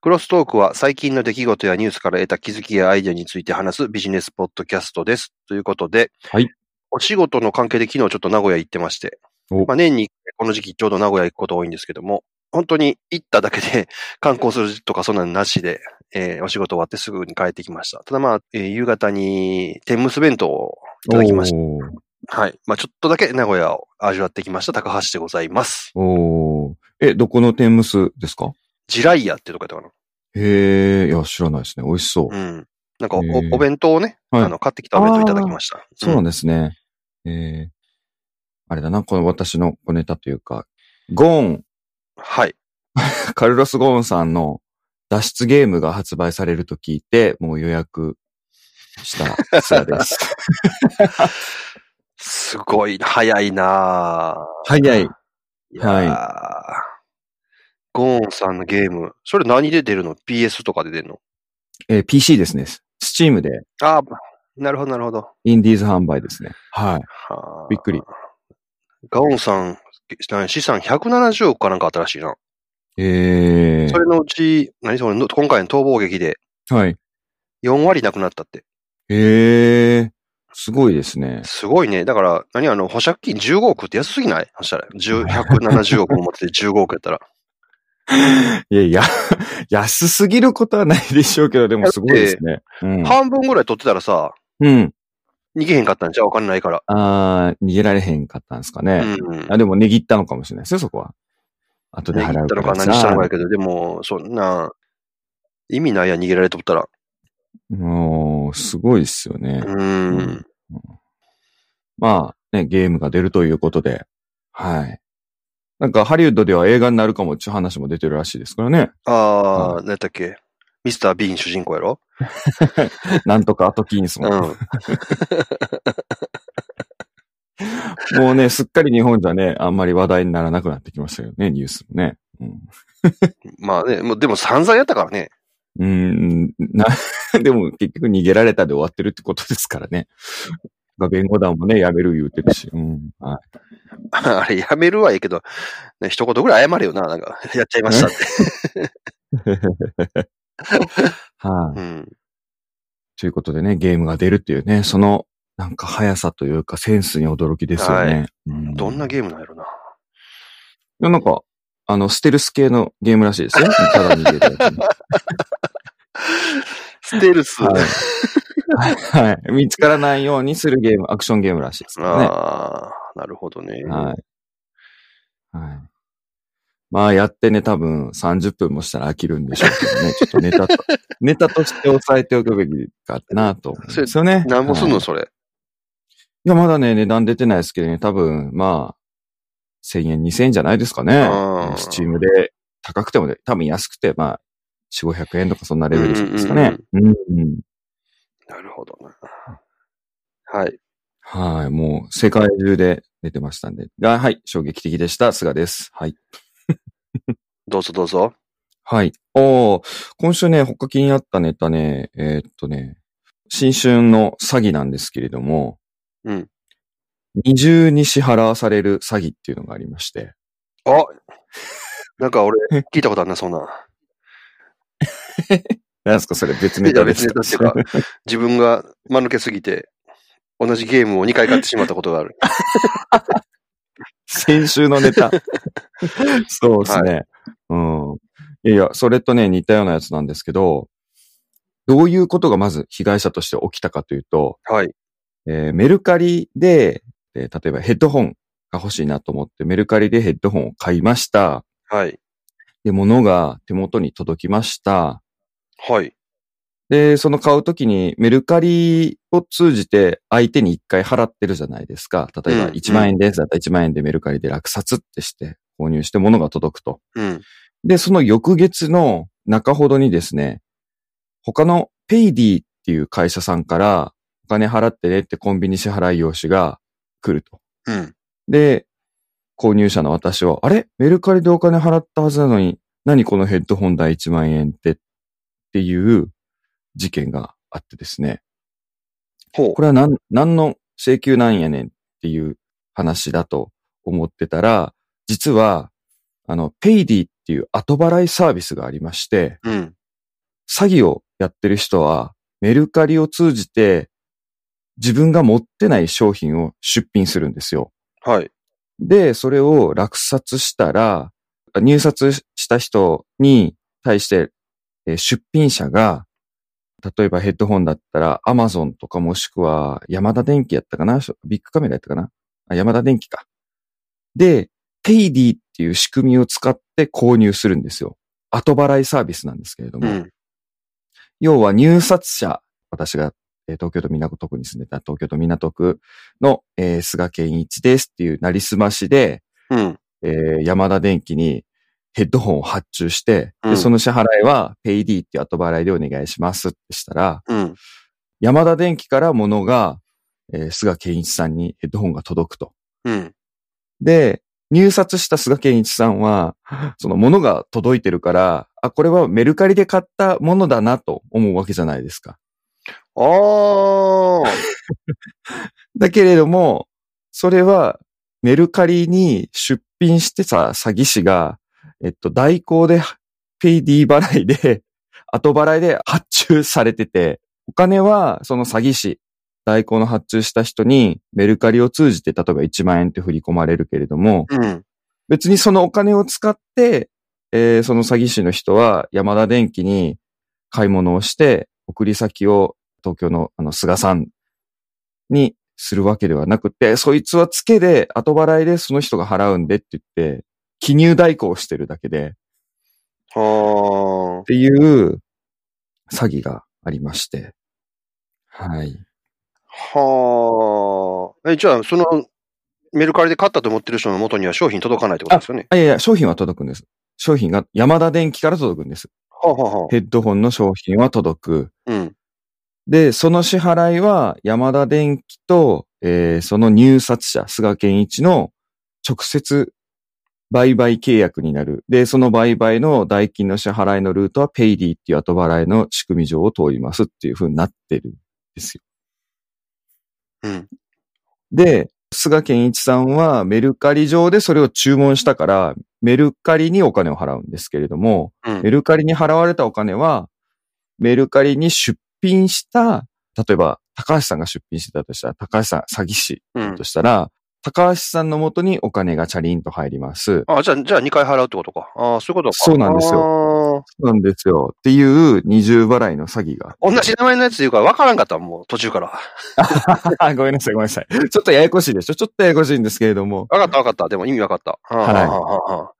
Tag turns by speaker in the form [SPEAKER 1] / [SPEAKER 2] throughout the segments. [SPEAKER 1] クロストークは最近の出来事やニュースから得た気づきやアイデアについて話すビジネスポッドキャストです。ということで、
[SPEAKER 2] はい
[SPEAKER 1] お仕事の関係で昨日ちょっと名古屋行ってまして、
[SPEAKER 2] お
[SPEAKER 1] まあ、年にこの時期ちょうど名古屋行くこと多いんですけども、本当に行っただけ で観光するとかそんなのなしで、えーお仕事終わってすぐに帰ってきました。ただまあ、えー夕方に天むす弁当をいただきました。
[SPEAKER 2] おー
[SPEAKER 1] はい。まあちょっとだけ名古屋を味わってきました高橋でございます。
[SPEAKER 2] おーえ、どこの天むすですか
[SPEAKER 1] ジライヤっていうとこやったか
[SPEAKER 2] へえ、いや、知らないですね。美味しそう。
[SPEAKER 1] な。うん。なんかお,、
[SPEAKER 2] へー
[SPEAKER 1] お弁当をね、
[SPEAKER 2] はい
[SPEAKER 1] あの、買ってきたお弁当いただきました。
[SPEAKER 2] そうなん
[SPEAKER 1] だ。
[SPEAKER 2] ですね。えー、あれだな、この私の小ネタというか、ゴーン、
[SPEAKER 1] はい。
[SPEAKER 2] カルロス・ゴーンさんの脱出ゲームが発売されると聞いて、もう予約したツ アーです。
[SPEAKER 1] すごい、早いなぁ
[SPEAKER 2] 早い。
[SPEAKER 1] いやーゴーンさんのゲーム、それ何で出るの ?PS とかで出るの
[SPEAKER 2] えー PC ですね。スチームで、
[SPEAKER 1] ああ、なるほど、なるほど。
[SPEAKER 2] インディーズ販売ですね。はい。
[SPEAKER 1] はー
[SPEAKER 2] びっくり。
[SPEAKER 1] ゴーンさん、資産170億かなんかあったらしいな。
[SPEAKER 2] え
[SPEAKER 1] それのうち、何それの、今回の逃亡劇で
[SPEAKER 2] ー、はい。
[SPEAKER 1] 4割なくなったって。
[SPEAKER 2] えー、すごいですね。
[SPEAKER 1] すごいね。だから、何あの、保釈金15億って安すぎないそしたら、10 170億も持ってて15億やったら。
[SPEAKER 2] いやいや、 安すぎることはないでしょうけど、でもすごいですね。 うん。
[SPEAKER 1] 半分ぐらい取ってたらさ、
[SPEAKER 2] うん。
[SPEAKER 1] 逃げへんかったんじゃうお金ないから。
[SPEAKER 2] あー逃げられへんかったんですか
[SPEAKER 1] う
[SPEAKER 2] ね。
[SPEAKER 1] ん。
[SPEAKER 2] あ、でも、値切ったのかもしれないですね、そこは。後で
[SPEAKER 1] ね、
[SPEAKER 2] 払
[SPEAKER 1] 行っ
[SPEAKER 2] う
[SPEAKER 1] た
[SPEAKER 2] か
[SPEAKER 1] のから
[SPEAKER 2] さ
[SPEAKER 1] 何したのかやけど、でも、そんな、意味ないやん、逃げられとったら。
[SPEAKER 2] もう、すごいですよね
[SPEAKER 1] う。ー。
[SPEAKER 2] うんまあ、ね、ゲームが出るということで。はい。なんか、ハリウッドでは映画になるかもっていう話も出てるらしいですか らね。
[SPEAKER 1] あー、何やったっけミスター・ビーン主人公やろ
[SPEAKER 2] なんとかアトキンソン。
[SPEAKER 1] うん。
[SPEAKER 2] もうね、すっかり日本じゃね、あんまり話題にならなくなってきましたよね、ニュースもね。うん
[SPEAKER 1] まあね、もうでも散々やったからね。
[SPEAKER 2] うーん、な、 でも結局逃げられたで終わってるってことですから ね。まあ弁護団もね、やめる言うてるし。うん。は
[SPEAKER 1] あれ、やめるはええけど、ね、一言ぐらい謝れよな、なんか、 やっちゃいましたって。
[SPEAKER 2] い。はい、
[SPEAKER 1] うん。
[SPEAKER 2] ということでね、ゲームが出るっていうね、その、なんか速さというかセンスに驚きですよね。
[SPEAKER 1] は
[SPEAKER 2] う
[SPEAKER 1] どんな
[SPEAKER 2] ー
[SPEAKER 1] ゲームなんやろな。
[SPEAKER 2] ムなんか、あの、ステルス系のゲームらしいで すね。ただ逃げるやつね
[SPEAKER 1] ステルス。
[SPEAKER 2] はい。はい。見つからないようにするゲーム、アクションゲームらしいですからね。
[SPEAKER 1] ああ、なるほどね。
[SPEAKER 2] はい。はい。まあやってね、多分30分もしたら飽きるんでしょうけど ね。ちょっとネタと、ネタとして押さえておくべきかなと思うんですよね。
[SPEAKER 1] なんぼすん
[SPEAKER 2] は
[SPEAKER 1] の、
[SPEAKER 2] い、い
[SPEAKER 1] それ。
[SPEAKER 2] や、まだね、値段出てないですけどね、多分、まあ、1000円、2000円じゃないですかね
[SPEAKER 1] あー。
[SPEAKER 2] スチームで、高くてもね、多分安くて、まあ、4、500円とかそんなレベルですかね。うんうん
[SPEAKER 1] なるほどな。はい。
[SPEAKER 2] はい、もう世界中で出てましたんで。がはい、衝撃的でした。菅です。はい。
[SPEAKER 1] どうぞどうぞ。
[SPEAKER 2] はい。おー今週ね、他気になったネタね、えーっとね、新春の詐欺なんですけれども、
[SPEAKER 1] うん。
[SPEAKER 2] 二重に支払わされる詐欺っていうのがありまして、
[SPEAKER 1] あなんか俺、聞いたことあるな、そんな。
[SPEAKER 2] なんですかそれ別ネ
[SPEAKER 1] いや
[SPEAKER 2] タで
[SPEAKER 1] 別
[SPEAKER 2] す
[SPEAKER 1] に、
[SPEAKER 2] か
[SPEAKER 1] だってか、自分が間抜けすぎて、同じゲームを2回買ってしまったことがある。
[SPEAKER 2] 先週の ネタ。そうですね、うん。いやいや、それとね、似たようなやつなんですけど、どういうことがまず被害者として起きたかというと、
[SPEAKER 1] はい。
[SPEAKER 2] えーメルカリで、えー例えばヘッドホンが欲しいなと思って、メルカリでヘッドホンを買いました。
[SPEAKER 1] はい。
[SPEAKER 2] で、物が手元に届きました。
[SPEAKER 1] はい。
[SPEAKER 2] で、その買うときにメルカリを通じて相手に一回払ってるじゃないですか。例えば
[SPEAKER 1] うん
[SPEAKER 2] 1万円です。だったら1万円でメルカリで落札ってして購入して物が届くと。
[SPEAKER 1] うん。
[SPEAKER 2] で、その翌月の中ほどにですね、他のペイディっていう会社さんからお金払ってねってコンビニ支払い用紙が来ると。
[SPEAKER 1] うん。
[SPEAKER 2] で、購入者の私は、あれメルカリでお金払ったはずなのに、何このヘッドホン代1万円って、っていう事件があってですね。
[SPEAKER 1] ほ
[SPEAKER 2] これは何、何の請求なんやねんっていう話だと思ってたら、実は、あの、ペイディっっていう後払いサービスがありまして、
[SPEAKER 1] うん。
[SPEAKER 2] 詐欺をやってる人はメルカリを通じて自分が持ってない商品を出品するんですよ。
[SPEAKER 1] はい。
[SPEAKER 2] で、それを落札したら、入札した人に対して、えー出品者が、例えばヘッドホンだったら、アマゾンとかもしくは、ヤマダ電機やったかなビッグカメラやったかなあ、ヤマダ電機か。で、ペイディっていう仕組みを使って購入するんですよ。後払いサービスなんですけれど
[SPEAKER 1] う
[SPEAKER 2] も。
[SPEAKER 1] ん。
[SPEAKER 2] 要は入札者、私が、えー東京都港区に住んでた東京都港区の、えー菅健一ですっていうなりすましで、
[SPEAKER 1] うん。
[SPEAKER 2] えー山田電機にヘッドホンを発注して、
[SPEAKER 1] う
[SPEAKER 2] で
[SPEAKER 1] ん
[SPEAKER 2] その支払いは PayD っていう後払いでお願いしますってしたら、
[SPEAKER 1] うん。
[SPEAKER 2] 山田電機から物が、えー菅健一さんにヘッドホンが届くと。
[SPEAKER 1] うん。
[SPEAKER 2] で、入札した菅健一さんは、その物が届いてるから、あ、これはメルカリで買ったものだなと思うわけじゃないですか。
[SPEAKER 1] ああ。
[SPEAKER 2] だけれども、それはメルカリに出品してさ、詐欺師が、えっと、代行で、ペイディ払いで、 後払いで発注されてて、お金はその詐欺師、代行の発注した人にメルカリを通じて、例えば1万円って振り込まれるけれども、
[SPEAKER 1] うん。
[SPEAKER 2] 別にそのお金を使って、えーその詐欺師の人は山田電機に買い物をして、送り先を東京のあの菅さんにするわけではなくて、そいつは付けで後払いでその人が払うんでって言って、記入代行をしてるだけで、
[SPEAKER 1] ああ
[SPEAKER 2] っ。ていう詐欺がありまして。はい。
[SPEAKER 1] はあ。え、じゃあ、その、メルカリで買ったと思ってる人の元には商品届かないってことですよね。
[SPEAKER 2] あ、いやいや、商品は届くんです。商品が山田電機から届くんです。
[SPEAKER 1] はあ、はあは
[SPEAKER 2] ヘッドホンの商品は届く。
[SPEAKER 1] あ、うん。
[SPEAKER 2] で、その支払いは山田電機と、えーその入札者、菅健一の直接売買契約になる。で、その売買の代金の支払いのルートはペイディっていう後払いの仕組み上を通りますっていう風になってるんですよ。
[SPEAKER 1] うん。
[SPEAKER 2] で、菅健一さんはメルカリ上でそれを注文したから、メルカリにお金を払うんですけれども、
[SPEAKER 1] うん
[SPEAKER 2] メルカリに払われたお金は、メルカリに出品した、例えば、高橋さんが出品してたとしたら、高橋さん、詐欺師
[SPEAKER 1] うん
[SPEAKER 2] と。したら、高橋さんの元にお金がチャリンと入ります。
[SPEAKER 1] あ、じゃあ、じゃあ2回払うってことか。ああ、そういうことか。
[SPEAKER 2] そうなんです
[SPEAKER 1] よ。
[SPEAKER 2] そうなんですよ。っていう二重払いの詐欺が。
[SPEAKER 1] 同じ名前のやつ言うから分からんかった、もう途中から。
[SPEAKER 2] あごめんなさい、ごめんなさい。ちょっとややこしいでしょちょっとややこしいんですけれども。
[SPEAKER 1] 分かった分かった。でも意味分かった。は
[SPEAKER 2] はい
[SPEAKER 1] は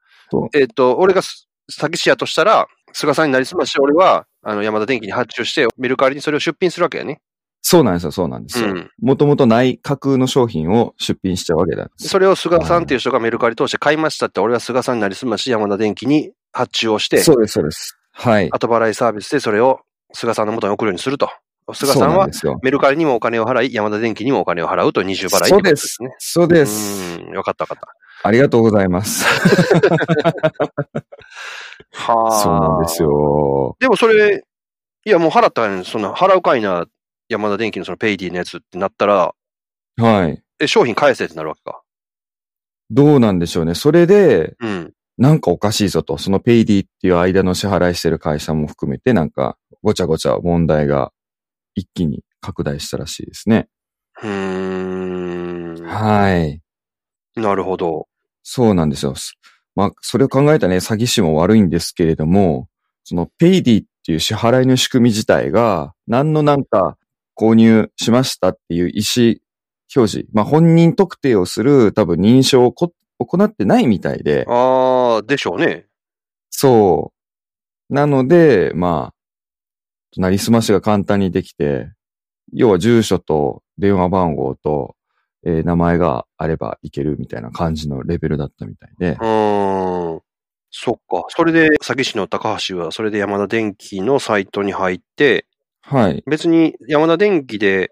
[SPEAKER 1] えっと、俺がす詐欺師やとしたら、菅さんになりすまして、俺は、あの、山田電機に発注して、メルカリにそれを出品するわけやね。
[SPEAKER 2] そうなんですよ、そうなんです
[SPEAKER 1] う
[SPEAKER 2] よ。
[SPEAKER 1] ん。
[SPEAKER 2] もともとない架空の商品を出品しちゃうわけなんです。
[SPEAKER 1] それを菅さんっていう人がメルカリ通して買いましたって、俺は菅さんになりすまし、山田電機に発注をして、
[SPEAKER 2] そうです、そうです。はい。
[SPEAKER 1] 後払いサービスでそれを菅さんの元に送るようにすると。菅
[SPEAKER 2] そ
[SPEAKER 1] さ
[SPEAKER 2] うんなん
[SPEAKER 1] は
[SPEAKER 2] ですよ。
[SPEAKER 1] メルカリにもお金を払い、山田電機にもお金を払うという二重払いってことですね。
[SPEAKER 2] そうです。
[SPEAKER 1] うん、よかった分かっ
[SPEAKER 2] ありがとうございます。
[SPEAKER 1] た。はあ。
[SPEAKER 2] そうなんです。よ。
[SPEAKER 1] でもそれ、いやもう払ったからね、そんな払うかいな、山田電機のそのペイディのやつってなったら、
[SPEAKER 2] はい。
[SPEAKER 1] え、商品返せってなるわけか。
[SPEAKER 2] どうなんでしょうね。それで、
[SPEAKER 1] うん。
[SPEAKER 2] なんかおかしいぞと、そのペイディっていう間の支払いしてる会社も含めて、なんか、ごちゃごちゃ問題が一気に拡大したらしいですね。
[SPEAKER 1] うーん。
[SPEAKER 2] はい。
[SPEAKER 1] なるほど。
[SPEAKER 2] そうなんですよ。すまあ、それを考えたね、詐欺師も悪いんですけれども、そのペイディっていう支払いの仕組み自体が、何のなんか購入しましたっていう意思表示、まあ本人特定をする多分認証をこ行ってないみたいで、
[SPEAKER 1] あー、でしょうね。
[SPEAKER 2] そう。なので、まあ、なりすましが簡単にできて、要は住所と電話番号と、えー名前があればいけるみたいな感じのレベルだったみたいで
[SPEAKER 1] う、ーん。そっか。それで、詐欺師の高橋は、それで山田電機のサイトに入って、
[SPEAKER 2] はい。
[SPEAKER 1] 別に山田電機で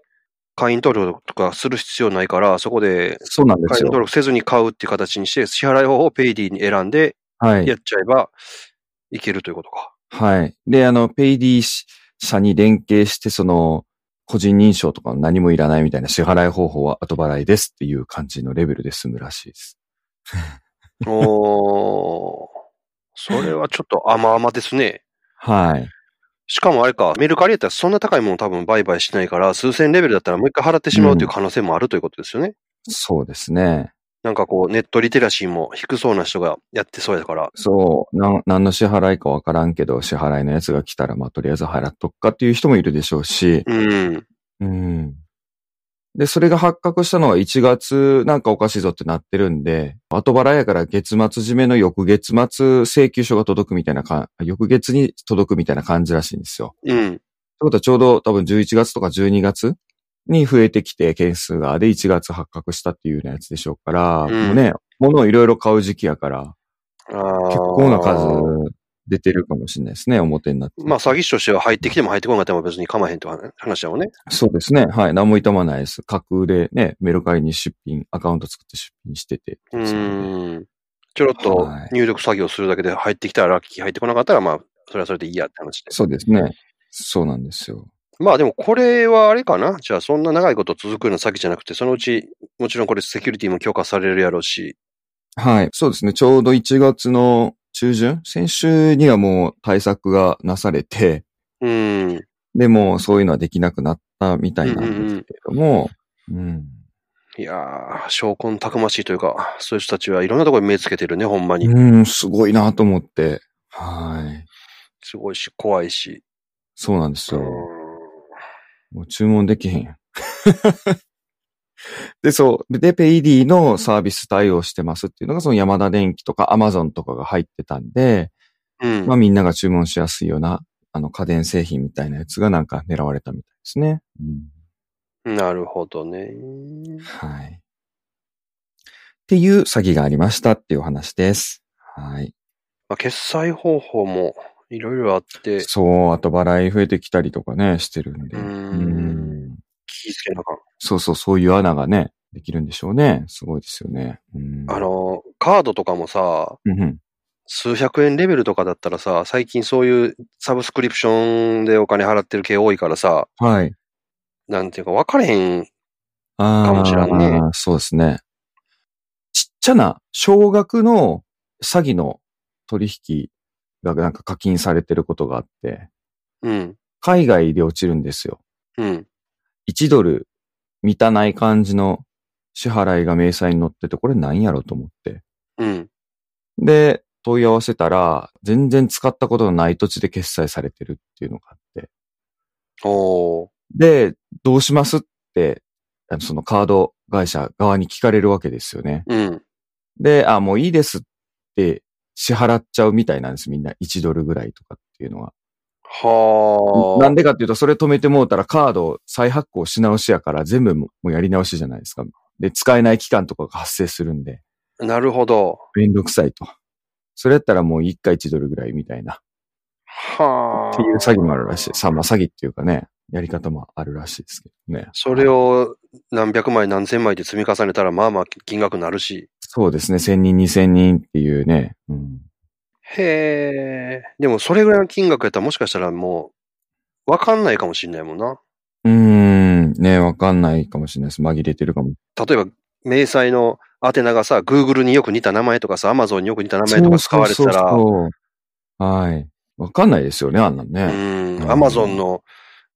[SPEAKER 1] 会員登録とかする必要ないから、そこで
[SPEAKER 2] そうなんで
[SPEAKER 1] 会
[SPEAKER 2] す
[SPEAKER 1] 員登
[SPEAKER 2] よ。
[SPEAKER 1] 録せずに買うっていう形にして、支払い方法をペイディに選んで
[SPEAKER 2] はい
[SPEAKER 1] や。っちゃえばいけるということ か。
[SPEAKER 2] はい。で、あの、ペイディ社に連携して、その、個人認証とか何もいらないみたいな支払い方法は後払いですっていう感じのレベルで済むらしいです。
[SPEAKER 1] おー。それはちょっと甘々ですね。
[SPEAKER 2] はい。
[SPEAKER 1] しかもあれか、メルカリやったらそんな高いもの多分売買しないから、数千レベルだったらもう一回払ってしまうという可能性もあるということですよね。
[SPEAKER 2] そうですね。
[SPEAKER 1] なんかこう、ネットリテラシーも低そうな人がやってそうやから、
[SPEAKER 2] そう、なん、何の支払いかわからんけど、支払いのやつが来たら、まあ、とりあえず払っとくかっていう人もいるでしょうし、
[SPEAKER 1] うん。
[SPEAKER 2] うん。で、それが発覚したのは1月なんかおかしいぞってなってるんで、後払いやから月末締めの翌月末請求書が届くみたいなか、翌月に届くみたいな感じらしいんですよ。
[SPEAKER 1] うん。
[SPEAKER 2] ということはちょうど多分11月とか12月に増えてきて件数が、で1月発覚したっていうようなやつでしょうから、
[SPEAKER 1] うん
[SPEAKER 2] もうね、物をいろいろ買う時期やから、
[SPEAKER 1] あー
[SPEAKER 2] 結構な数出てるかもしれないですね、表になって。
[SPEAKER 1] まあ、詐欺師としては入ってきても入ってこなかったも別に構わへんという話だもんね。
[SPEAKER 2] そうですね。はい。何も痛まないです。架空でね、メルカリに出品、アカウント作って出品してて。
[SPEAKER 1] うーん。ちょろっと
[SPEAKER 2] はい
[SPEAKER 1] 入力作業するだけで入ってきたらラッキー、入ってこなかったら、まあ、それはそれでいいやって話で。
[SPEAKER 2] そうですね。そうなんですよ。
[SPEAKER 1] まあでもこれはあれかなじゃあそんな長いこと続くような詐欺じゃなくて、そのうち、もちろんこれセキュリティも強化されるやろうし、
[SPEAKER 2] はい。そうですね。ちょうど1月の中旬、先週にはもう対策がなされて、
[SPEAKER 1] うーん。
[SPEAKER 2] でもうそういうのはできなくなったみたいなんですけれども、うん
[SPEAKER 1] いやー、証拠のたくましいというか、そういう人たちはいろんなところに目つけてるね、ほんまに。
[SPEAKER 2] うん、すごいなと思って。はい。
[SPEAKER 1] すごいし、怖いし。
[SPEAKER 2] そうなんです
[SPEAKER 1] うー
[SPEAKER 2] よ
[SPEAKER 1] ん。
[SPEAKER 2] もう注文できへん やん。で、そう。で、ペイディのサービス対応してますっていうのが、その山田電機とかアマゾンとかが入ってたんで、
[SPEAKER 1] うん。
[SPEAKER 2] まあみんなが注文しやすいような、あの家電製品みたいなやつがなんか狙われたみたいですね。うん、
[SPEAKER 1] なるほどね。
[SPEAKER 2] はい。っていう詐欺がありましたっていうお話です。はい。
[SPEAKER 1] まあ、決済方法もいろいろあって、
[SPEAKER 2] そう、後払い増えてきたりとかね、してるんで。
[SPEAKER 1] うーん
[SPEAKER 2] うん
[SPEAKER 1] 気ぃつけなあかん。
[SPEAKER 2] そうそう、そういう穴がね、できるんでしょうね。すごいですよね。うん、
[SPEAKER 1] あ、の、カードとかもさ、
[SPEAKER 2] うんうん、
[SPEAKER 1] 数百円レベルとかだったらさ、最近そういうサブスクリプションでお金払ってる系多いからさ、
[SPEAKER 2] はい。
[SPEAKER 1] なんていうか分かれへん。
[SPEAKER 2] あー
[SPEAKER 1] かもしらんね。
[SPEAKER 2] そうですね。ちっちゃな、少額の詐欺の取引がなんか課金されてることがあって、
[SPEAKER 1] うん、
[SPEAKER 2] 海外で落ちるんですよ。
[SPEAKER 1] うん、
[SPEAKER 2] 1ドル満たない感じの支払いが明細に載ってて、これ何やろと思って。
[SPEAKER 1] うん。
[SPEAKER 2] で、問い合わせたら、全然使ったことのない土地で決済されてるっていうのがあって。
[SPEAKER 1] おー
[SPEAKER 2] で、どうしますって、あのそのカード会社側に聞かれるわけですよね。
[SPEAKER 1] うん、
[SPEAKER 2] で、あ、もういいですって支払っちゃうみたいなんです、みんな。1ドルぐらいとかっていうのは。
[SPEAKER 1] はあ。
[SPEAKER 2] なんでかっていうと、それ止めてもうたらカードを再発行し直しやから、全部もうやり直しじゃないですか。で、使えない期間とかが発生するんで、
[SPEAKER 1] なるほど。
[SPEAKER 2] めんどくさいと。それやったらもう1回1ドルぐらいみたいな。
[SPEAKER 1] はあ。
[SPEAKER 2] っていう詐欺もあるらしい。さあ、まあ詐欺っていうかね、やり方もあるらしいですけどね。
[SPEAKER 1] それを何百枚何千枚で積み重ねたら、まあまあ金額になるし。
[SPEAKER 2] そうですね、1000人、2000人っていうね。うん。
[SPEAKER 1] へえ。でもそれぐらいの金額やったらもしかしたらもう、分かんないかもしんないもんな。
[SPEAKER 2] うーん、ねわかんないかもしれないです。紛れてるかも
[SPEAKER 1] 例えば、明細の宛名がさ、Google によく似た名前とかさ、Amazon によく似た名前とか使われてた
[SPEAKER 2] そう
[SPEAKER 1] ら、
[SPEAKER 2] そううそうそうはい。わかんないですよね、あんなんね。
[SPEAKER 1] ん、
[SPEAKER 2] うん
[SPEAKER 1] Amazon の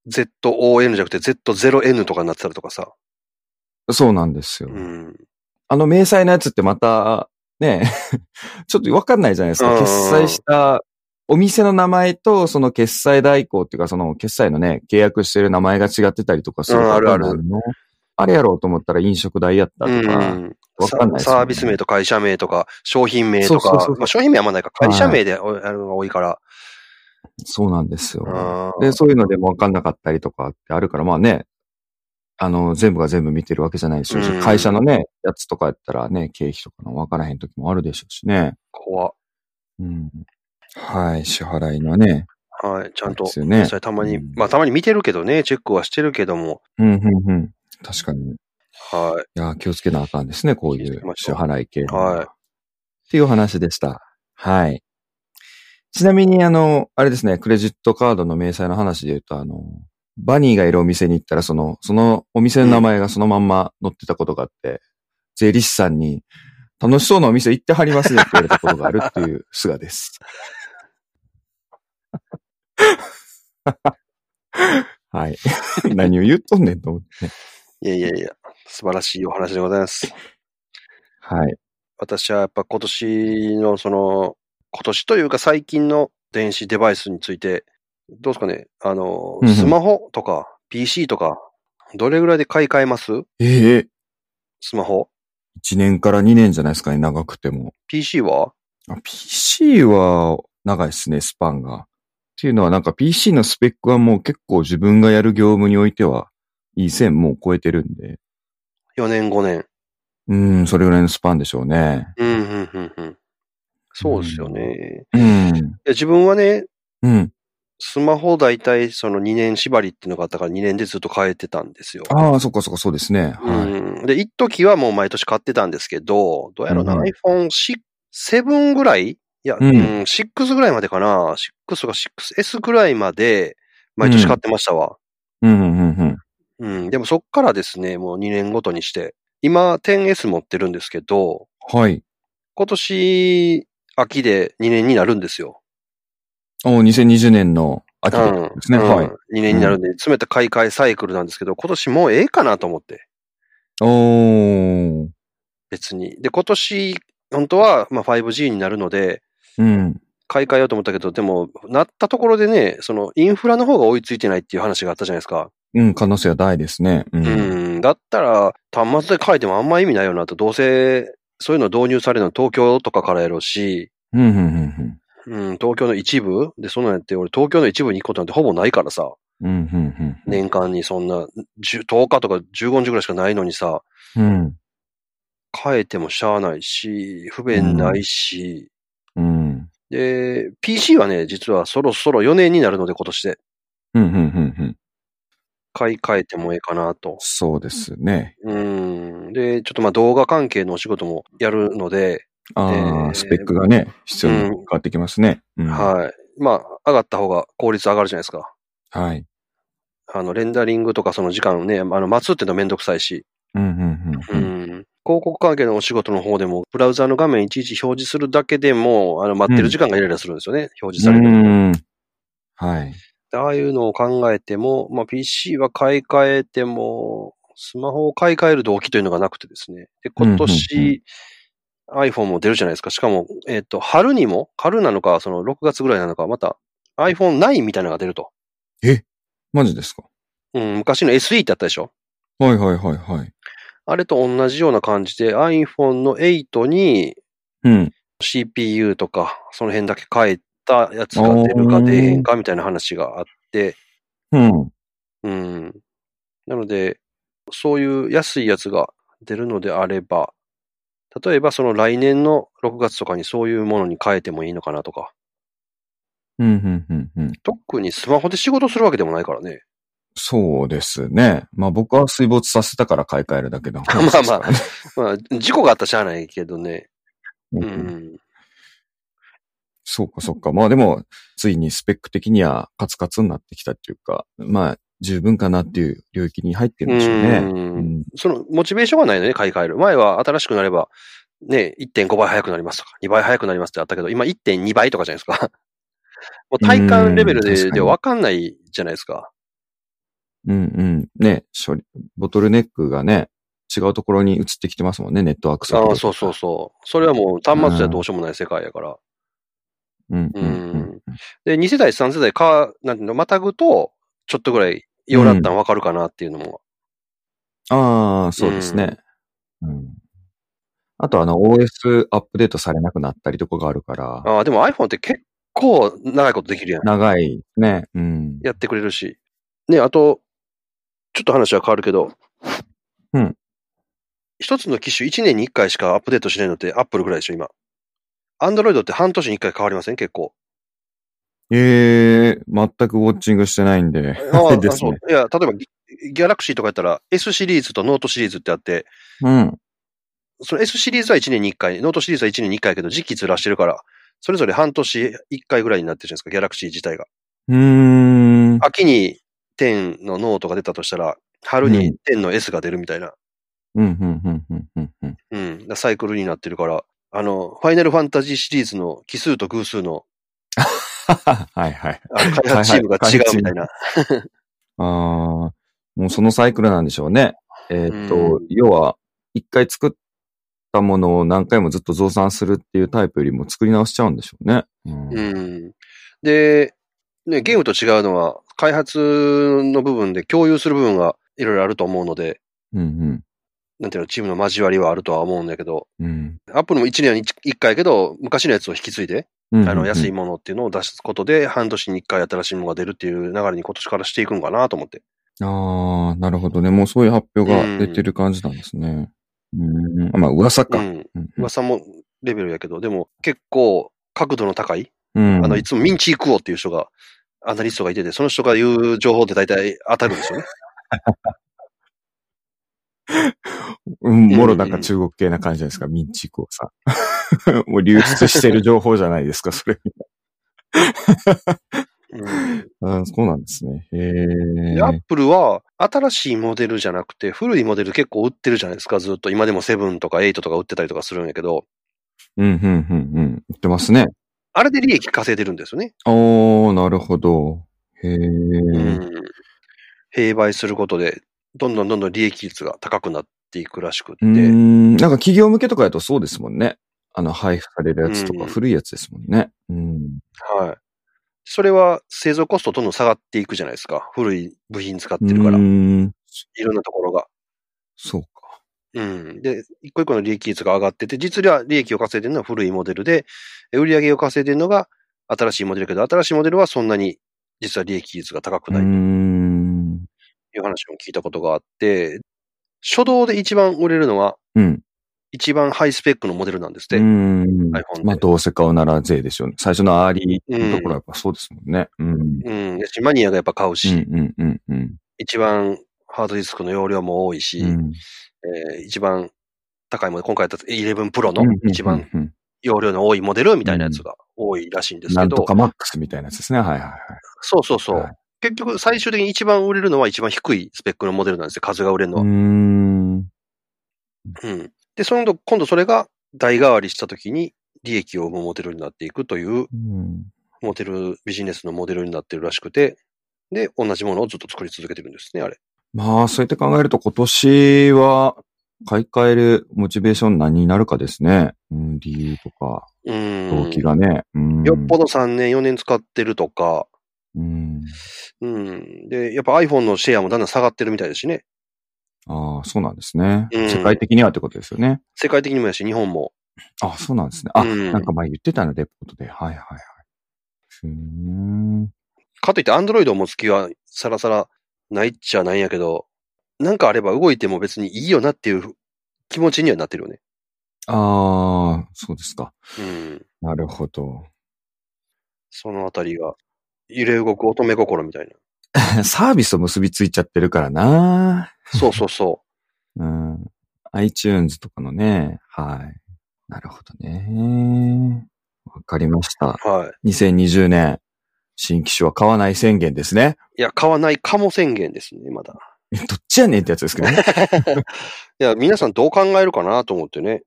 [SPEAKER 1] ZON じゃなくて Z0N とかになってたりとかさ、
[SPEAKER 2] そうなんですよ。
[SPEAKER 1] うん、
[SPEAKER 2] あの、明細のやつってまた、ね、 ちょっとわかんないじゃないです
[SPEAKER 1] うん
[SPEAKER 2] か。決済した、お店の名前と、その決済代行っていうか、その決済のね、契約してる名前が違ってたりとかする
[SPEAKER 1] うんあるある
[SPEAKER 2] パターンもねあれやろうと思ったら飲食代やった
[SPEAKER 1] う
[SPEAKER 2] とか、わ、
[SPEAKER 1] ん
[SPEAKER 2] かんないですよね、
[SPEAKER 1] サービス名と会社名とか、商品名と
[SPEAKER 2] そうそうそう
[SPEAKER 1] か
[SPEAKER 2] そ、う
[SPEAKER 1] まあ商品名はあんまないか、会社名でおやるのが多いから、
[SPEAKER 2] そうなんですよ。
[SPEAKER 1] うん
[SPEAKER 2] で、そういうのでも分かんなかったりとかってあるから、まあね、あの、全部が全部見てるわけじゃないでしょうし、
[SPEAKER 1] うん
[SPEAKER 2] 会社のね、やつとかやったらね、経費とかの分からへん時もあるでしょうしね。
[SPEAKER 1] 怖っ
[SPEAKER 2] うん。はい、支払いのね。
[SPEAKER 1] はい、ちゃんと
[SPEAKER 2] で、すよね
[SPEAKER 1] そ。れたまに、
[SPEAKER 2] うん
[SPEAKER 1] まあたまに見てるけどね、チェックはしてるけども、
[SPEAKER 2] うん、うん、うん。確かに。い
[SPEAKER 1] は
[SPEAKER 2] や、気をつけなあかんですね、こう
[SPEAKER 1] 気
[SPEAKER 2] い
[SPEAKER 1] をつ
[SPEAKER 2] う
[SPEAKER 1] けまし
[SPEAKER 2] 支
[SPEAKER 1] ょう
[SPEAKER 2] 払い系。
[SPEAKER 1] はい
[SPEAKER 2] っていうお話でした。はい。ちなみに、あの、あれですね、クレジットカードの明細の話で言うと、あの、バニーがいるお店に行ったら、その、そのお店の名前がそのまんま載ってたことがあって、税理士さんに、楽しそうなお店行ってはりますねって言われたことがあるっていう菅です。 はい。何を言っとんねんと思ってね。
[SPEAKER 1] いやいやいや、素晴らしいお話でございます。
[SPEAKER 2] はい。
[SPEAKER 1] 私はやっぱ今年のその、今年というか最近の電子デバイスについて、どうですかねあの
[SPEAKER 2] うんう、ん
[SPEAKER 1] スマホとか PC とか、どれぐらいで買い替えます
[SPEAKER 2] ええ
[SPEAKER 1] スマホ
[SPEAKER 2] 1年から2年じゃないですかね、長くても。
[SPEAKER 1] ?PC は
[SPEAKER 2] あ PC は長いですね、スパンが。っていうのはなんか PC のスペックはもう結構自分がやる業務においては、いい線もう超えてるんで。
[SPEAKER 1] 4年5年。
[SPEAKER 2] うん、それぐらいのスパンでしょうね。
[SPEAKER 1] うん、うん、うん、うん。そうですよね。
[SPEAKER 2] うん。
[SPEAKER 1] いや自分はね、
[SPEAKER 2] うん。
[SPEAKER 1] スマホ大体その2年縛りっていうのがあったから2年でずっと変えてたんですよ。
[SPEAKER 2] ああ、そっかそっか、そうですね。はい。
[SPEAKER 1] うん、で、一時はもう毎年買ってたんですけど、どうやろうな、
[SPEAKER 2] うん
[SPEAKER 1] iPhone6、7ぐらいいや、う
[SPEAKER 2] うんん、
[SPEAKER 1] 6ぐらいまでかな ?6 か 6S ぐらいまで、毎年買ってましたわ。
[SPEAKER 2] うん、うん、うん。
[SPEAKER 1] うん、でもそっからですね、もう2年ごとにして、今 10S 持ってるんですけど、
[SPEAKER 2] はい。
[SPEAKER 1] 今年、秋で2年になるんですよ。
[SPEAKER 2] お2020年の秋
[SPEAKER 1] う
[SPEAKER 2] で
[SPEAKER 1] ん。
[SPEAKER 2] すね。
[SPEAKER 1] うん
[SPEAKER 2] はい。
[SPEAKER 1] 2年になるんで、詰めた買い替えサイクルなんですけど、今年もうええかなと思って。
[SPEAKER 2] おー。
[SPEAKER 1] 別に。で、今年、本当は、まあ、5G になるので、
[SPEAKER 2] うん。
[SPEAKER 1] 買い替えようと思ったけど、でも、なったところでね、その、インフラの方が追いついてないっていう話があったじゃないですか。
[SPEAKER 2] うん、可能性は大ですね。う。
[SPEAKER 1] うんん。だったら、端末で変えてもあんま意味ないよなと、どうせ、そういうの導入されるのは東京とかからやろうし、
[SPEAKER 2] うん、うん、うん
[SPEAKER 1] うん、東京の一部で、そんなんやって、俺東京の一部に行くことなんてほぼないからさ、
[SPEAKER 2] うん。うん、うん、うん。
[SPEAKER 1] 年間にそんな、10 10日とか15日ぐらいしかないのにさ、
[SPEAKER 2] うん。
[SPEAKER 1] 変えてもしゃあないし、不便ないし、
[SPEAKER 2] うん。
[SPEAKER 1] で、PC はね、実はそろそろ4年になるので、今年で。
[SPEAKER 2] うん、うん、うん、うん。
[SPEAKER 1] 買い替えてもええかなと。
[SPEAKER 2] そうですね。
[SPEAKER 1] うん。で、ちょっとまあ動画関係のお仕事もやるので、
[SPEAKER 2] あ
[SPEAKER 1] えー
[SPEAKER 2] あ、スペックがね、必要に変わってきますね。うん
[SPEAKER 1] はい。まあ、上がった方が効率上がるじゃないですか。
[SPEAKER 2] はい。
[SPEAKER 1] あの、レンダリングとかその時間ね、あの、待つってのめんどくさいし。
[SPEAKER 2] うん、うん、
[SPEAKER 1] う。
[SPEAKER 2] うんん。
[SPEAKER 1] 広告関係のお仕事の方でも、ブラウザーの画面いちいち表示するだけでも、あの、待ってる時間がイライラするんですよね。表示される。
[SPEAKER 2] うん。はい。
[SPEAKER 1] でああいうのを考えても、まあ、PC は買い替えても、スマホを買い替える動機というのがなくてですね。で、今
[SPEAKER 2] うんうんう
[SPEAKER 1] 年、iPhone も出るじゃないですか。しかも、えっ、と、春にも、春なのか、その6月ぐらいなのか、また iPhone9 みたいなのが出ると。
[SPEAKER 2] マジですか
[SPEAKER 1] うん、昔の SE ってあったでしょ
[SPEAKER 2] はい、はい、はい、はい。
[SPEAKER 1] あれと同じような感じで iPhone の8に
[SPEAKER 2] うん。
[SPEAKER 1] CPU とか、その辺だけ変えたやつが出るか出えへんかみたいな話があって、
[SPEAKER 2] うん。
[SPEAKER 1] うん。なので、そういう安いやつが出るのであれば、例えばその来年の6月とかにそういうものに変えてもいいのかなとか、
[SPEAKER 2] うん、うん、うん、うん。
[SPEAKER 1] 特にスマホで仕事するわけでもないから ね。
[SPEAKER 2] そうですね。まあ僕は水没させたから買い替えるだ けの話ですから、ね。
[SPEAKER 1] まあ、事故があったらしゃあないけどね。う
[SPEAKER 2] うんうん
[SPEAKER 1] ん。
[SPEAKER 2] そうかそうか。まあでも、ついにスペック的にはカツカツになってきたっていうか、まあ十分かなっていう領域に入ってるんでしょうね。
[SPEAKER 1] うん
[SPEAKER 2] うん
[SPEAKER 1] その、モチベーションがないのね、買い替える。前は新しくなれば、ね、1.5倍速くなりますとか、2倍速くなりますってあったけど、今1.2倍とかじゃないですか。もう体感レベル
[SPEAKER 2] うん確か
[SPEAKER 1] で
[SPEAKER 2] に
[SPEAKER 1] ではわかんないじゃないですか。
[SPEAKER 2] うんうん。ね、処理、ボトルネックがね、違うところに移ってきてますもんね、ネットワーク
[SPEAKER 1] ああ、そうそう
[SPEAKER 2] そ
[SPEAKER 1] そう。それはもう端末じゃどうしようもない世界やから。
[SPEAKER 2] う。うんうんう
[SPEAKER 1] うん
[SPEAKER 2] ん。
[SPEAKER 1] で、2世代、3世代か、なんていうの、またぐと、ちょっとぐらい、ようだったの分かるかなっていうのも。
[SPEAKER 2] ああ、そうですね。うん。あとあの OS アップデートされなくなったりとかがあるから、
[SPEAKER 1] ああ、でも iPhone って結構長いことできるやん。
[SPEAKER 2] 長いね。うん。
[SPEAKER 1] やってくれるし。ね、あと、ちょっと話は変わるけど。
[SPEAKER 2] うん。
[SPEAKER 1] 一つの機種、1年に1回しかアップデートしないのって、Apple ぐらいでしょ、今。Android って半年に1回変わりません結構。
[SPEAKER 2] ええ全くウォッチングしてないんで。
[SPEAKER 1] あ
[SPEAKER 2] あ
[SPEAKER 1] あ
[SPEAKER 2] れ です
[SPEAKER 1] そう
[SPEAKER 2] ね。
[SPEAKER 1] いや、例えばギ、ギャラクシーとかやったら、S シリーズとノートシリーズってあって、
[SPEAKER 2] うん。
[SPEAKER 1] その S シリーズは1年に1回、ノートシリーズは1年に1回やけど、時期ずらしてるから、それぞれ半年1回ぐらいになってるじゃないですか、ギャラクシー自体が。
[SPEAKER 2] うーん。
[SPEAKER 1] 秋に10のノートが出たとしたら、春に10の S が出るみたいな。
[SPEAKER 2] うん、うん、うん、うん、うん、うん。
[SPEAKER 1] うん。だからサイクルになってるから、あの、ファイナルファンタジーシリーズの奇数と偶数の
[SPEAKER 2] はいはい。
[SPEAKER 1] あの開発チームが違うみたいな。
[SPEAKER 2] ああ、もうそのサイクルなんでしょうね。えーっと、
[SPEAKER 1] う
[SPEAKER 2] 要は、一回作ったものを何回もずっと増産するっていうタイプよりも作り直しちゃうんでしょうね。うん
[SPEAKER 1] うん。で、ね、ゲームと違うのは、開発の部分で共有する部分がいろいろあると思うので、
[SPEAKER 2] うん、
[SPEAKER 1] なんていうの、チームの交わりはあるとは思うんだけど、
[SPEAKER 2] うん。うん
[SPEAKER 1] アップルも1年に1回やけど、昔のやつを引き継いで、
[SPEAKER 2] うん。
[SPEAKER 1] あの、安い
[SPEAKER 2] うん。
[SPEAKER 1] ものっていうのを出すことで、半年に1回新しいものが出るっていう流れに今年からしていくんかなと思って。
[SPEAKER 2] ああ、なるほどね。もうそういう発表が出てる感じなんですね。うん。まあ、噂
[SPEAKER 1] う
[SPEAKER 2] か。うん
[SPEAKER 1] ん。
[SPEAKER 2] うん
[SPEAKER 1] 噂もレベルやけど、でも結構角度の高い、
[SPEAKER 2] うん。
[SPEAKER 1] あの、いつもミンチ食おうっていう人が、アナリストがいてて、その人が言う情報って大体当たるんですよね。
[SPEAKER 2] うん、もろなんか中国系な感じじゃないですか、民地工さ ん。もう流出してる情報じゃないですか、それ。
[SPEAKER 1] うん
[SPEAKER 2] あーそうなんですね。へ
[SPEAKER 1] で、アップルは新しいモデルじゃなくて、古いモデル結構売ってるじゃないですか、ずっと。今でもセブンとかエイトとか売ってたりとかするんやけど、
[SPEAKER 2] うん、うん、うん、うん。言ってますね。
[SPEAKER 1] あれで利益稼いでるんですよね。
[SPEAKER 2] おー、なるほど。へえ。
[SPEAKER 1] うん。併売することで、どんどんどんどん利益率が高くなっていくらしくって。
[SPEAKER 2] うーん、なんか企業向けとかやとそうですもんね。あの、配布されるやつと
[SPEAKER 1] う
[SPEAKER 2] か、
[SPEAKER 1] ん
[SPEAKER 2] 古いやつですもんね。うん。
[SPEAKER 1] はい。それは製造コストどんどん下がっていくじゃないですか。古い部品使ってるから、い
[SPEAKER 2] うーん
[SPEAKER 1] ろんなところが。
[SPEAKER 2] そうか。
[SPEAKER 1] うん。で、一個一個の利益率が上がってて、実は利益を稼いでるのは古いモデルで、え売り上げを稼いでるのが新しいモデルだけど、新しいモデルはそんなに実は利益率が高く
[SPEAKER 2] うー
[SPEAKER 1] ないと
[SPEAKER 2] ん。
[SPEAKER 1] いう話も聞いたことがあって、初動で一番売れるのは、
[SPEAKER 2] うん。
[SPEAKER 1] 一番ハイスペックのモデルなんですって。
[SPEAKER 2] うーん
[SPEAKER 1] iPhone で
[SPEAKER 2] まあ、どうせ買うなら税でしょうね。最初のアーリーのところはやっぱそうですもんね。うん。うん、
[SPEAKER 1] うん。やしマニアがやっぱ買うし、
[SPEAKER 2] うん、うん、うん。
[SPEAKER 1] 一番ハードディスクの容量も多いし、
[SPEAKER 2] うん
[SPEAKER 1] えー一番高いもの、今回だと11 Pro
[SPEAKER 2] うん
[SPEAKER 1] の一番。
[SPEAKER 2] うんうん
[SPEAKER 1] 容量の多いモデルみたいなやつが多いらしいんです
[SPEAKER 2] な
[SPEAKER 1] け
[SPEAKER 2] んと
[SPEAKER 1] ど、
[SPEAKER 2] かマックスみたいなやつですね。はいはいはい。
[SPEAKER 1] そうそうそう。
[SPEAKER 2] はい
[SPEAKER 1] 結局最終的に一番売れるのは一番低いスペックのモデルなんですよ、数が売れるの
[SPEAKER 2] うー
[SPEAKER 1] は。
[SPEAKER 2] ん。
[SPEAKER 1] うんで、その後、今度それが代替わりした時に利益を生むモデルになっていくという
[SPEAKER 2] うん
[SPEAKER 1] モデル、ビジネスのモデルになってるらしくて、で、同じものをずっと作り続けてるんですね、あれ。
[SPEAKER 2] まあ、そうやって考えると今年は買い替えるモチベーション何になるかですね。うん、理由とか、
[SPEAKER 1] うん。
[SPEAKER 2] 動機がね。うん、
[SPEAKER 1] よっぽど3年、4年使ってるとか、
[SPEAKER 2] うん。
[SPEAKER 1] うん。で、やっぱ iPhone のシェアもだんだん下がってるみたいですしね。
[SPEAKER 2] ああ、そうなんですね。
[SPEAKER 1] うん
[SPEAKER 2] 世界的にはってことですよね。
[SPEAKER 1] 世界的にもやし、日本も。
[SPEAKER 2] あそうなんですね。あ、
[SPEAKER 1] うん
[SPEAKER 2] なんか前言ってたのレポートで。はいはいはい。ふーん。
[SPEAKER 1] かといって、アンドロイドを持つ気はさらさらないっちゃないんやけど、なんかあれば動いても別にいいよなっていう気持ちにはなってるよね。
[SPEAKER 2] ああ、そうですか。
[SPEAKER 1] うん。
[SPEAKER 2] なるほど。
[SPEAKER 1] そのあたりが、揺れ動く乙女心みたいな。
[SPEAKER 2] サービスと結びついちゃってるからな。
[SPEAKER 1] そうそうそ
[SPEAKER 2] うん。iTunes とかのね。はい。なるほどね。わかりました。
[SPEAKER 1] う。はい。
[SPEAKER 2] 2020年、新機種は買わない宣言ですね。
[SPEAKER 1] いや、買わないかも宣言ですね、まだ。
[SPEAKER 2] えどっちやねんってやつですけどね。
[SPEAKER 1] いや、皆さんどう考えるかなと思ってね。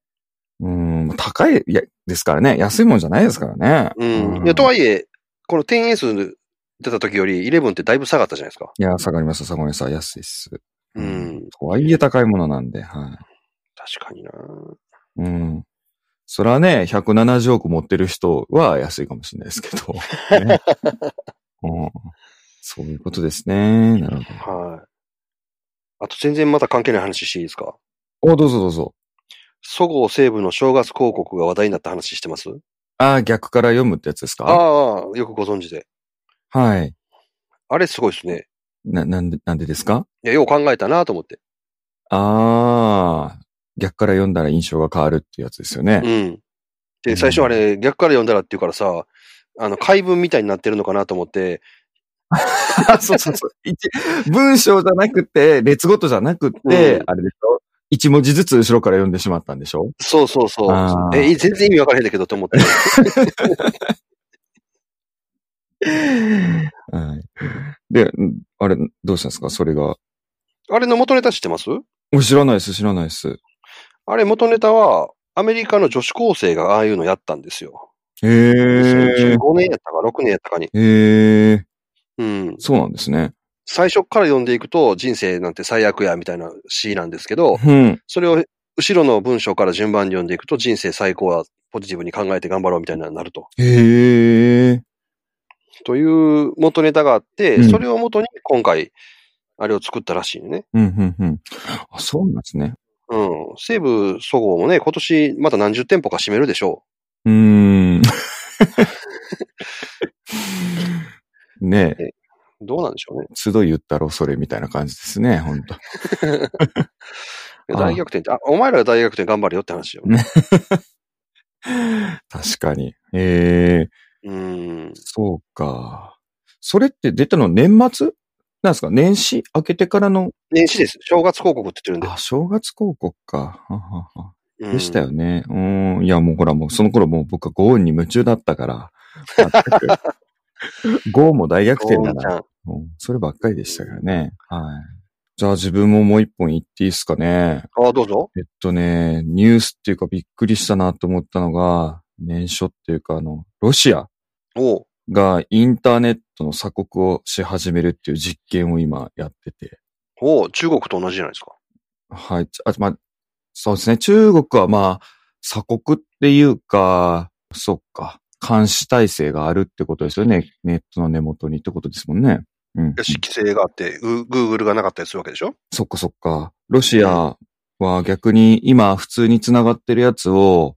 [SPEAKER 2] うん。高い、いや、ですからね。安いもんじゃないですからね。
[SPEAKER 1] うん。いや、とはいえ、この 10S 出た時より11ってだいぶ下がったじゃないですか。
[SPEAKER 2] いや、下がりました、下がりました。安いっす。
[SPEAKER 1] うん。
[SPEAKER 2] とはいえ高いものなんで、は。
[SPEAKER 1] 確かにない
[SPEAKER 2] うん。それはね、170億持ってる人は安いかもしれないですけ ど。ねうん、そういうことですね。なるほ
[SPEAKER 1] はい。あと全然また関係ない話していいですか
[SPEAKER 2] ど。お、どうぞどうぞ。
[SPEAKER 1] そごう・西武の正月広告が話題になった話してます
[SPEAKER 2] ああ、逆から読むってやつです
[SPEAKER 1] あ
[SPEAKER 2] か
[SPEAKER 1] あ、よくご存知で。
[SPEAKER 2] はい。
[SPEAKER 1] あれすごいですね。
[SPEAKER 2] な、なんで、なんでですか
[SPEAKER 1] いや、よう考えたなと思って。
[SPEAKER 2] ああ、逆から読んだら印象が変わるってやつですよね
[SPEAKER 1] う。ん。で、最初あれ、逆から読んだらっていうからさ、あの、解文みたいになってるのかなと思って、
[SPEAKER 2] そうそうそう。一文章じゃなくて、列ごとじゃなくて、
[SPEAKER 1] うん
[SPEAKER 2] あれでしょ一文字ずつ後ろから読んでしまったんでしょ
[SPEAKER 1] そうそうそ
[SPEAKER 2] あ
[SPEAKER 1] う。
[SPEAKER 2] ー
[SPEAKER 1] え、全然意味わからへんだけどと思って。
[SPEAKER 2] はい。で、んあれ、どうしたんですかそれが。
[SPEAKER 1] あれの元ネタ知ってます
[SPEAKER 2] もう知らないです、知らないです。
[SPEAKER 1] あれ、元ネタは、アメリカの女子高生がああいうのやったんですよ。
[SPEAKER 2] へ
[SPEAKER 1] 15
[SPEAKER 2] え。
[SPEAKER 1] 年やったか、6年やったかに。
[SPEAKER 2] へえ。
[SPEAKER 1] うん。
[SPEAKER 2] そうなんですね。
[SPEAKER 1] 最初から読んでいくと、人生なんて最悪や、みたいな詩なんですけど、
[SPEAKER 2] うん。
[SPEAKER 1] それを後ろの文章から順番に読んでいくと、人生最高や、ポジティブに考えて頑張ろうみたいになると。
[SPEAKER 2] へえ。
[SPEAKER 1] という元ネタがあって、
[SPEAKER 2] うん
[SPEAKER 1] それを元に今回、あれを作ったらしいね。
[SPEAKER 2] うん、うん、うん。あ、そうなんですね。
[SPEAKER 1] うん。西武そごうもね、今年また何十店舗か閉めるでしょ
[SPEAKER 2] うーん。 ねえ、
[SPEAKER 1] う。どうなんでしょうね。
[SPEAKER 2] 都度言ったろ、それみたいな感じですね、本当ああ
[SPEAKER 1] 大逆転って、あ、お前らが大逆転頑張れよって話よ。
[SPEAKER 2] 確かに。ええ
[SPEAKER 1] うん。
[SPEAKER 2] そうか。それって出たの年末なんですか年始明けてからの、
[SPEAKER 1] 年始です。正月広告って言ってるん
[SPEAKER 2] あ、正月広告か。ははは
[SPEAKER 1] で。うん
[SPEAKER 2] でしたよね。うーん。いや、もうほら、もうその頃もう僕はゴーンに夢中だったから。 全くゴーンも大逆転だ
[SPEAKER 1] ゴーンち
[SPEAKER 2] な
[SPEAKER 1] ゃ。ん
[SPEAKER 2] うんそればっかりでしたからね。はい。じゃあ自分ももう一本言っていいですかね。
[SPEAKER 1] あ、どうぞ。
[SPEAKER 2] えっとね、ニュースっていうかびっくりしたなと思ったのが、年初っていうかあの、ロシア
[SPEAKER 1] おう
[SPEAKER 2] がインターネットの鎖国をし始めるっていう実験を今やってて。
[SPEAKER 1] おう中国と同じじゃないですか。
[SPEAKER 2] はい。あ、まあ、そうですね。中国はまあ、鎖国っていうか、そっか。監視体制があるってことですよね。ネットの根元にってことですもんね。うん。
[SPEAKER 1] 規制があって、グーグルがなかったりするわけでしょ
[SPEAKER 2] そっかそっか。ロシアは逆に今普通に繋がってるやつを、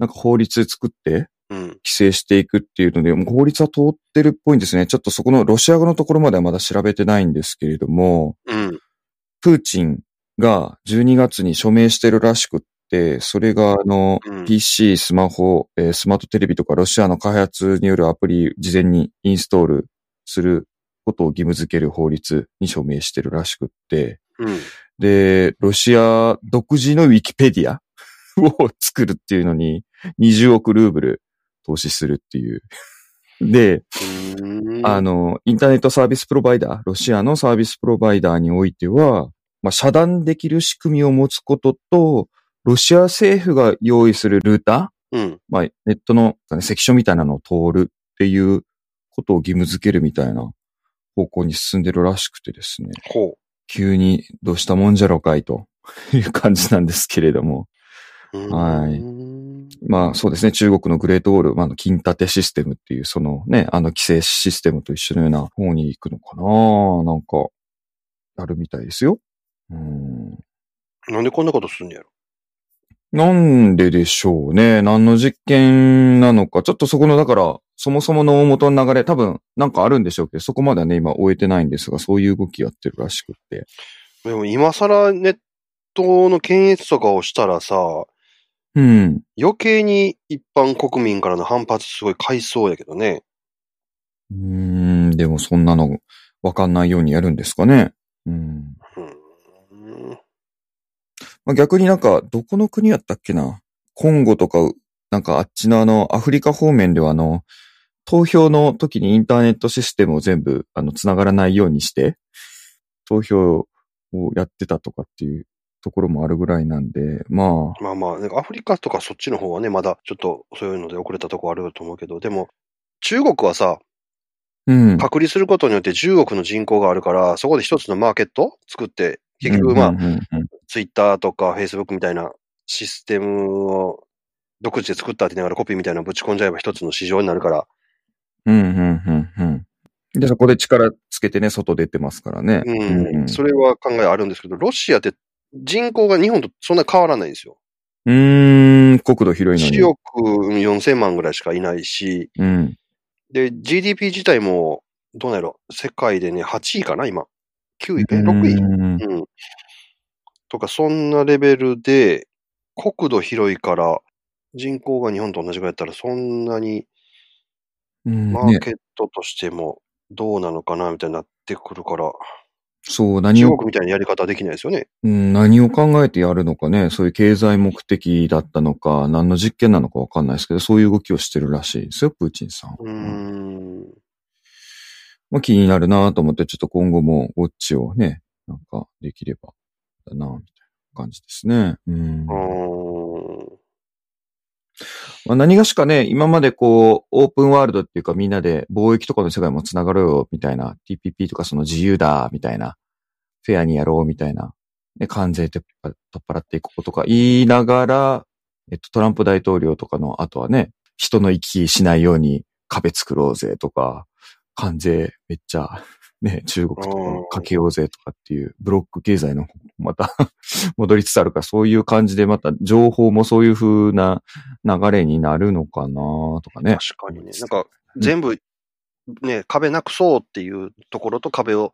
[SPEAKER 2] なんか法律作って
[SPEAKER 1] うん。
[SPEAKER 2] 規制していくっていうので、もう法律は通ってるっぽいんですね。ちょっとそこのロシア語のところまではまだ調べてないんですけれども、
[SPEAKER 1] うん。
[SPEAKER 2] プーチンが12月に署名してるらしくって、それがあの、
[SPEAKER 1] うん
[SPEAKER 2] PC、スマホ、えースマートテレビとかロシアの開発によるアプリ事前にインストールすることを義務付ける法律に署名してるらしくって、
[SPEAKER 1] うん。
[SPEAKER 2] で、ロシア独自のウィキペディアを作るっていうのに20億ルーブル投資するっていう。で、
[SPEAKER 1] うーん
[SPEAKER 2] あの、インターネットサービスプロバイダー、ロシアのサービスプロバイダーにおいては、まあ、遮断できる仕組みを持つことと、ロシア政府が用意するルーター、
[SPEAKER 1] うん。
[SPEAKER 2] まあ、ネットのね関所みたいなのを通るっていうことを義務付けるみたいな方向に進んでるらしくてですね。
[SPEAKER 1] ほ
[SPEAKER 2] 急にどうしたもんじゃろかいと いう感じなんですけれども。
[SPEAKER 1] う。
[SPEAKER 2] はい
[SPEAKER 1] うん
[SPEAKER 2] まあそうですね、中国のグレートウォール、まあ、あの金立てシステムっていう、そのね、あの規制システムと一緒のような方に行くのかななんか、やるみたいですよ。うん。
[SPEAKER 1] なんでこんなことするんやろ。
[SPEAKER 2] なんででしょうね。何の実験なのか。ちょっとそこの、だから、そもそもの大元の流れ、多分なんかあるんでしょうけど、そこまではね、今終えてないんですが、そういう動きやってるらしくって。
[SPEAKER 1] でも今更ネットの検閲とかをしたらさ、
[SPEAKER 2] うん。
[SPEAKER 1] 余計に一般国民からの反発すごい買いそうやけどね。
[SPEAKER 2] うーん、でもそんなのわかんないようにやるんですかね。うん。
[SPEAKER 1] うん。
[SPEAKER 2] まあ、逆になんか、どこの国やったっけな。コンゴとか、なんかあっちのあの、アフリカ方面ではあの、投票の時にインターネットシステムを全部、あの、繋がらないようにして、投票をやってたとかっていうところもあるぐらいなんで、まあ、
[SPEAKER 1] まあまあ、なんかアフリカとかそっちの方はね、まだちょっとそういうので遅れたとこあると思うけど、でも、中国はさ、
[SPEAKER 2] うん。
[SPEAKER 1] 隔離することによって10億の人口があるから、そこで一つのマーケット作って、結局まあ
[SPEAKER 2] うん、うんうん
[SPEAKER 1] ツイッターとかフェイスブックみたいなシステムを独自で作ったって言いながらコピーみたいなのぶち込んじゃえば一つの市場になるから、
[SPEAKER 2] うん、うん、うん、うん。で、そこで力つけてね、外出てますからね。
[SPEAKER 1] うん、それは考えあるんですけど、ロシアって人口が日本とそんな変わらないんですよ。
[SPEAKER 2] うーん、国土広いのに。
[SPEAKER 1] 1億4千万ぐらいしかいないし、
[SPEAKER 2] うん。
[SPEAKER 1] で、GDP 自体も、どうなんやろ、世界でね、8位かな、今。9位、え、
[SPEAKER 2] う
[SPEAKER 1] 6位
[SPEAKER 2] ん
[SPEAKER 1] うん。とか、そんなレベルで、国土広いから、人口が日本と同じぐらいだったら、そんなに
[SPEAKER 2] うん
[SPEAKER 1] マ
[SPEAKER 2] ね
[SPEAKER 1] ーケットとしてもどうなのかな、みたいになってくるから、
[SPEAKER 2] そう、何
[SPEAKER 1] 中
[SPEAKER 2] を
[SPEAKER 1] 国、みたいなやり方はできないですよね。
[SPEAKER 2] うん何を考えてやるのかね、そういう経済目的だったのか、何の実験なのかわかんないですけど、そういう動きをしてるらしいですよ、プーチンさん。
[SPEAKER 1] うーん。
[SPEAKER 2] まあ、気になるなと思って、ちょっと今後もウォッチをね、なんかできれば、だなみたい感じですね。う
[SPEAKER 1] う
[SPEAKER 2] ん
[SPEAKER 1] ーん。
[SPEAKER 2] まあ、何がしかね、今までこう、オープンワールドっていうかみんなで貿易とかの世界もつながろうよ、みたいな、TPP とかその自由だ、みたいな、フェアにやろう、みたいな、ね、関税とか取っ払っていこうとか言いながら、えっと、トランプ大統領とかの後はね、人の行き来しないように壁作ろうぜとか、関税めっちゃ、ね、中国とかにかけようぜとかっていう、ブロック経済の方向また戻りつつあるから、そういう感じでまた情報もそういう風な流れになるのかなとかね。
[SPEAKER 1] 確かにね。なんか、全部、ね、壁なくそうっていうところと壁を、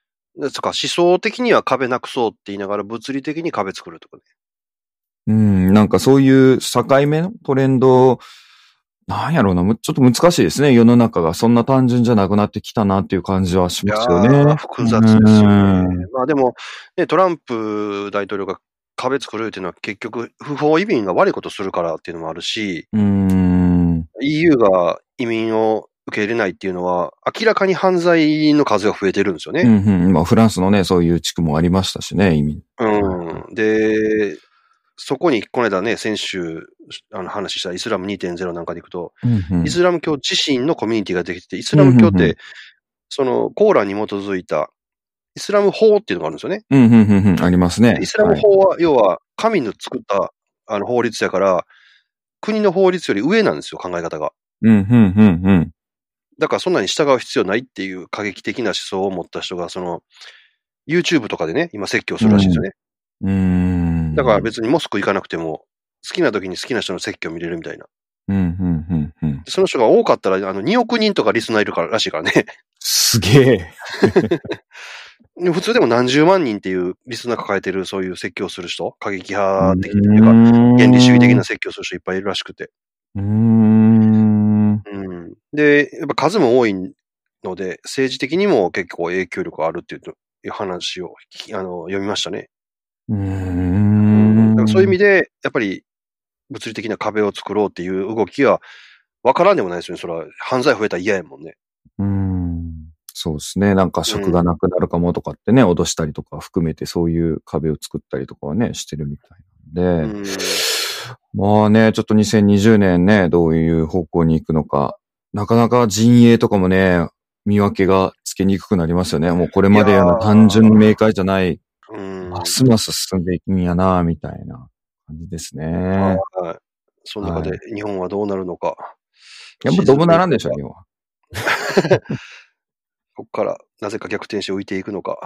[SPEAKER 1] つか思想的には壁なくそうって言いながら物理的に壁作るとかね。
[SPEAKER 2] うん、なんかそういう境目のトレンド、なんやろうな、むちょっと難しいですね。世の中がそんな単純じゃなくなってきたなっていう感じはしますよ
[SPEAKER 1] いやー
[SPEAKER 2] ね。
[SPEAKER 1] 複雑ですよ
[SPEAKER 2] う
[SPEAKER 1] ね
[SPEAKER 2] ん。
[SPEAKER 1] まあでも、ね、トランプ大統領が壁作るっていうのは結局不法移民が悪いことするからっていうのもあるし、
[SPEAKER 2] うーん。
[SPEAKER 1] EU が移民を受け入れないっていうのは明らかに犯罪の数が増えてるんですよね。
[SPEAKER 2] うんうん。まあ、フランスのね、そういう地区もありましたしね、意味。
[SPEAKER 1] うん。で、そこに、この間ね、先週、あの、話したイスラム2.0なんかでいくと、
[SPEAKER 2] うんうん
[SPEAKER 1] イスラム教自身のコミュニティができてて、イスラム教っ
[SPEAKER 2] うんうんう
[SPEAKER 1] て、その、コーランに基づいた、イスラム法っていうのがあるんですよね。
[SPEAKER 2] うんうんうんうん。ありますね。
[SPEAKER 1] イスラム
[SPEAKER 2] は
[SPEAKER 1] 法は、要は、神の作った、あの、法律やから、国の法律より上なんですよ、考え方が。
[SPEAKER 2] いうんうんうんうん。
[SPEAKER 1] だから、そんなに従う必要ないっていう過激的な思想を持った人が、その、YouTube とかでね、今説教するらしいですよね。
[SPEAKER 2] うーん。
[SPEAKER 1] だから別にモスク行かなくても、好きな時に好きな人の説教見れるみたいな。
[SPEAKER 2] うんうんうんうん。
[SPEAKER 1] でその人が多かったら、あの、2億人とかリスナーいるかららしいからね。
[SPEAKER 2] すげえ。
[SPEAKER 1] で普通でも何十万人っていうリスナー抱えてる、そういう説教する人、過激派的っていうか、
[SPEAKER 2] 原
[SPEAKER 1] 原理主義的な。説教する人いっぱいいるらしくて。
[SPEAKER 2] うーん。
[SPEAKER 1] うん。で、やっぱ数も多いので、政治的にも結構影響力があるっていうという話を聞きあの読みましたね。
[SPEAKER 2] うー
[SPEAKER 1] だ
[SPEAKER 2] ん。
[SPEAKER 1] からそういう意味で、やっぱり物理的な壁を作ろうっていう動きは、わからんでもないですよね。それは犯罪増えたら嫌やもんね。
[SPEAKER 2] うんそうですね。なんか職がなくなるかもとかってね、脅したりとか含めてそういう壁を作ったりとかはね、してるみたいなんで。
[SPEAKER 1] うん
[SPEAKER 2] まあね、ちょっと2020年ね、どういう方向に行くのか。なかなか陣営とかもね、見分けがつけにくくなりますよね。もうこれまであ
[SPEAKER 1] いや
[SPEAKER 2] の
[SPEAKER 1] ー
[SPEAKER 2] 単純明快じゃない、
[SPEAKER 1] うん。
[SPEAKER 2] ますます進んでいくんやな、みたいな感じですね。
[SPEAKER 1] はい。その中
[SPEAKER 2] は
[SPEAKER 1] で日本はどうなるのか。
[SPEAKER 2] やっぱどうもならんでしょ、今は。
[SPEAKER 1] ここからなぜか逆転して浮いていくのか。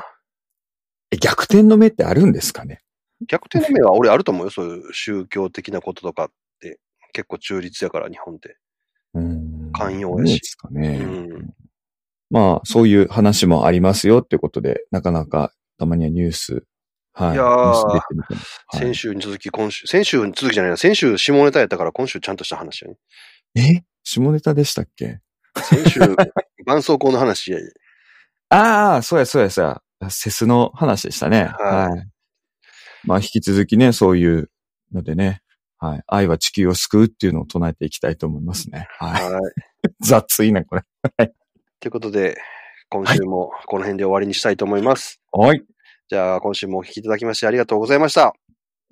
[SPEAKER 2] え逆転の目ってあるんですかね
[SPEAKER 1] 逆転の目 は俺あると思うよ。そういう宗教的なこととかって結構中立やから、日本って。
[SPEAKER 2] うん
[SPEAKER 1] 寛容
[SPEAKER 2] どう
[SPEAKER 1] やし
[SPEAKER 2] ですかね。
[SPEAKER 1] うん
[SPEAKER 2] まあ、そういう話もありますよってことで、なかなかたまにはニュース、はい。
[SPEAKER 1] いやー
[SPEAKER 2] ニュース出てみてもはい
[SPEAKER 1] 先週に続き、今週、先週に続きじゃないな。先週下ネタやったから今週ちゃんとした話やね。
[SPEAKER 2] え下ネタでしたっけ
[SPEAKER 1] 先週、絆創膏の話 や。
[SPEAKER 2] ああ、そうやそうやそうや。セスの話でしたね。
[SPEAKER 1] はい
[SPEAKER 2] はい。まあ、引き続きね、そういうのでね。はい。愛は地球を救うっていうのを唱えていきたいと思いますね。はい。
[SPEAKER 1] はい。
[SPEAKER 2] 雑いな、これ。
[SPEAKER 1] ということで、今週もこの辺で終わりにしたいと思います。
[SPEAKER 2] はい。
[SPEAKER 1] じゃあ、今週もお聞きいただきましてありがとうございました。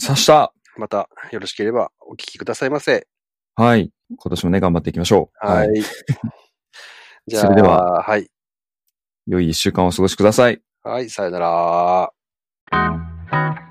[SPEAKER 2] さした。
[SPEAKER 1] またよろしければお聞きくださいませ。
[SPEAKER 2] はい。今年もね、頑張っていきましょう。
[SPEAKER 1] はい。。 じゃあ、
[SPEAKER 2] それでは
[SPEAKER 1] はい。
[SPEAKER 2] 良い一週間をお過ごしください。
[SPEAKER 1] はい、さよなら。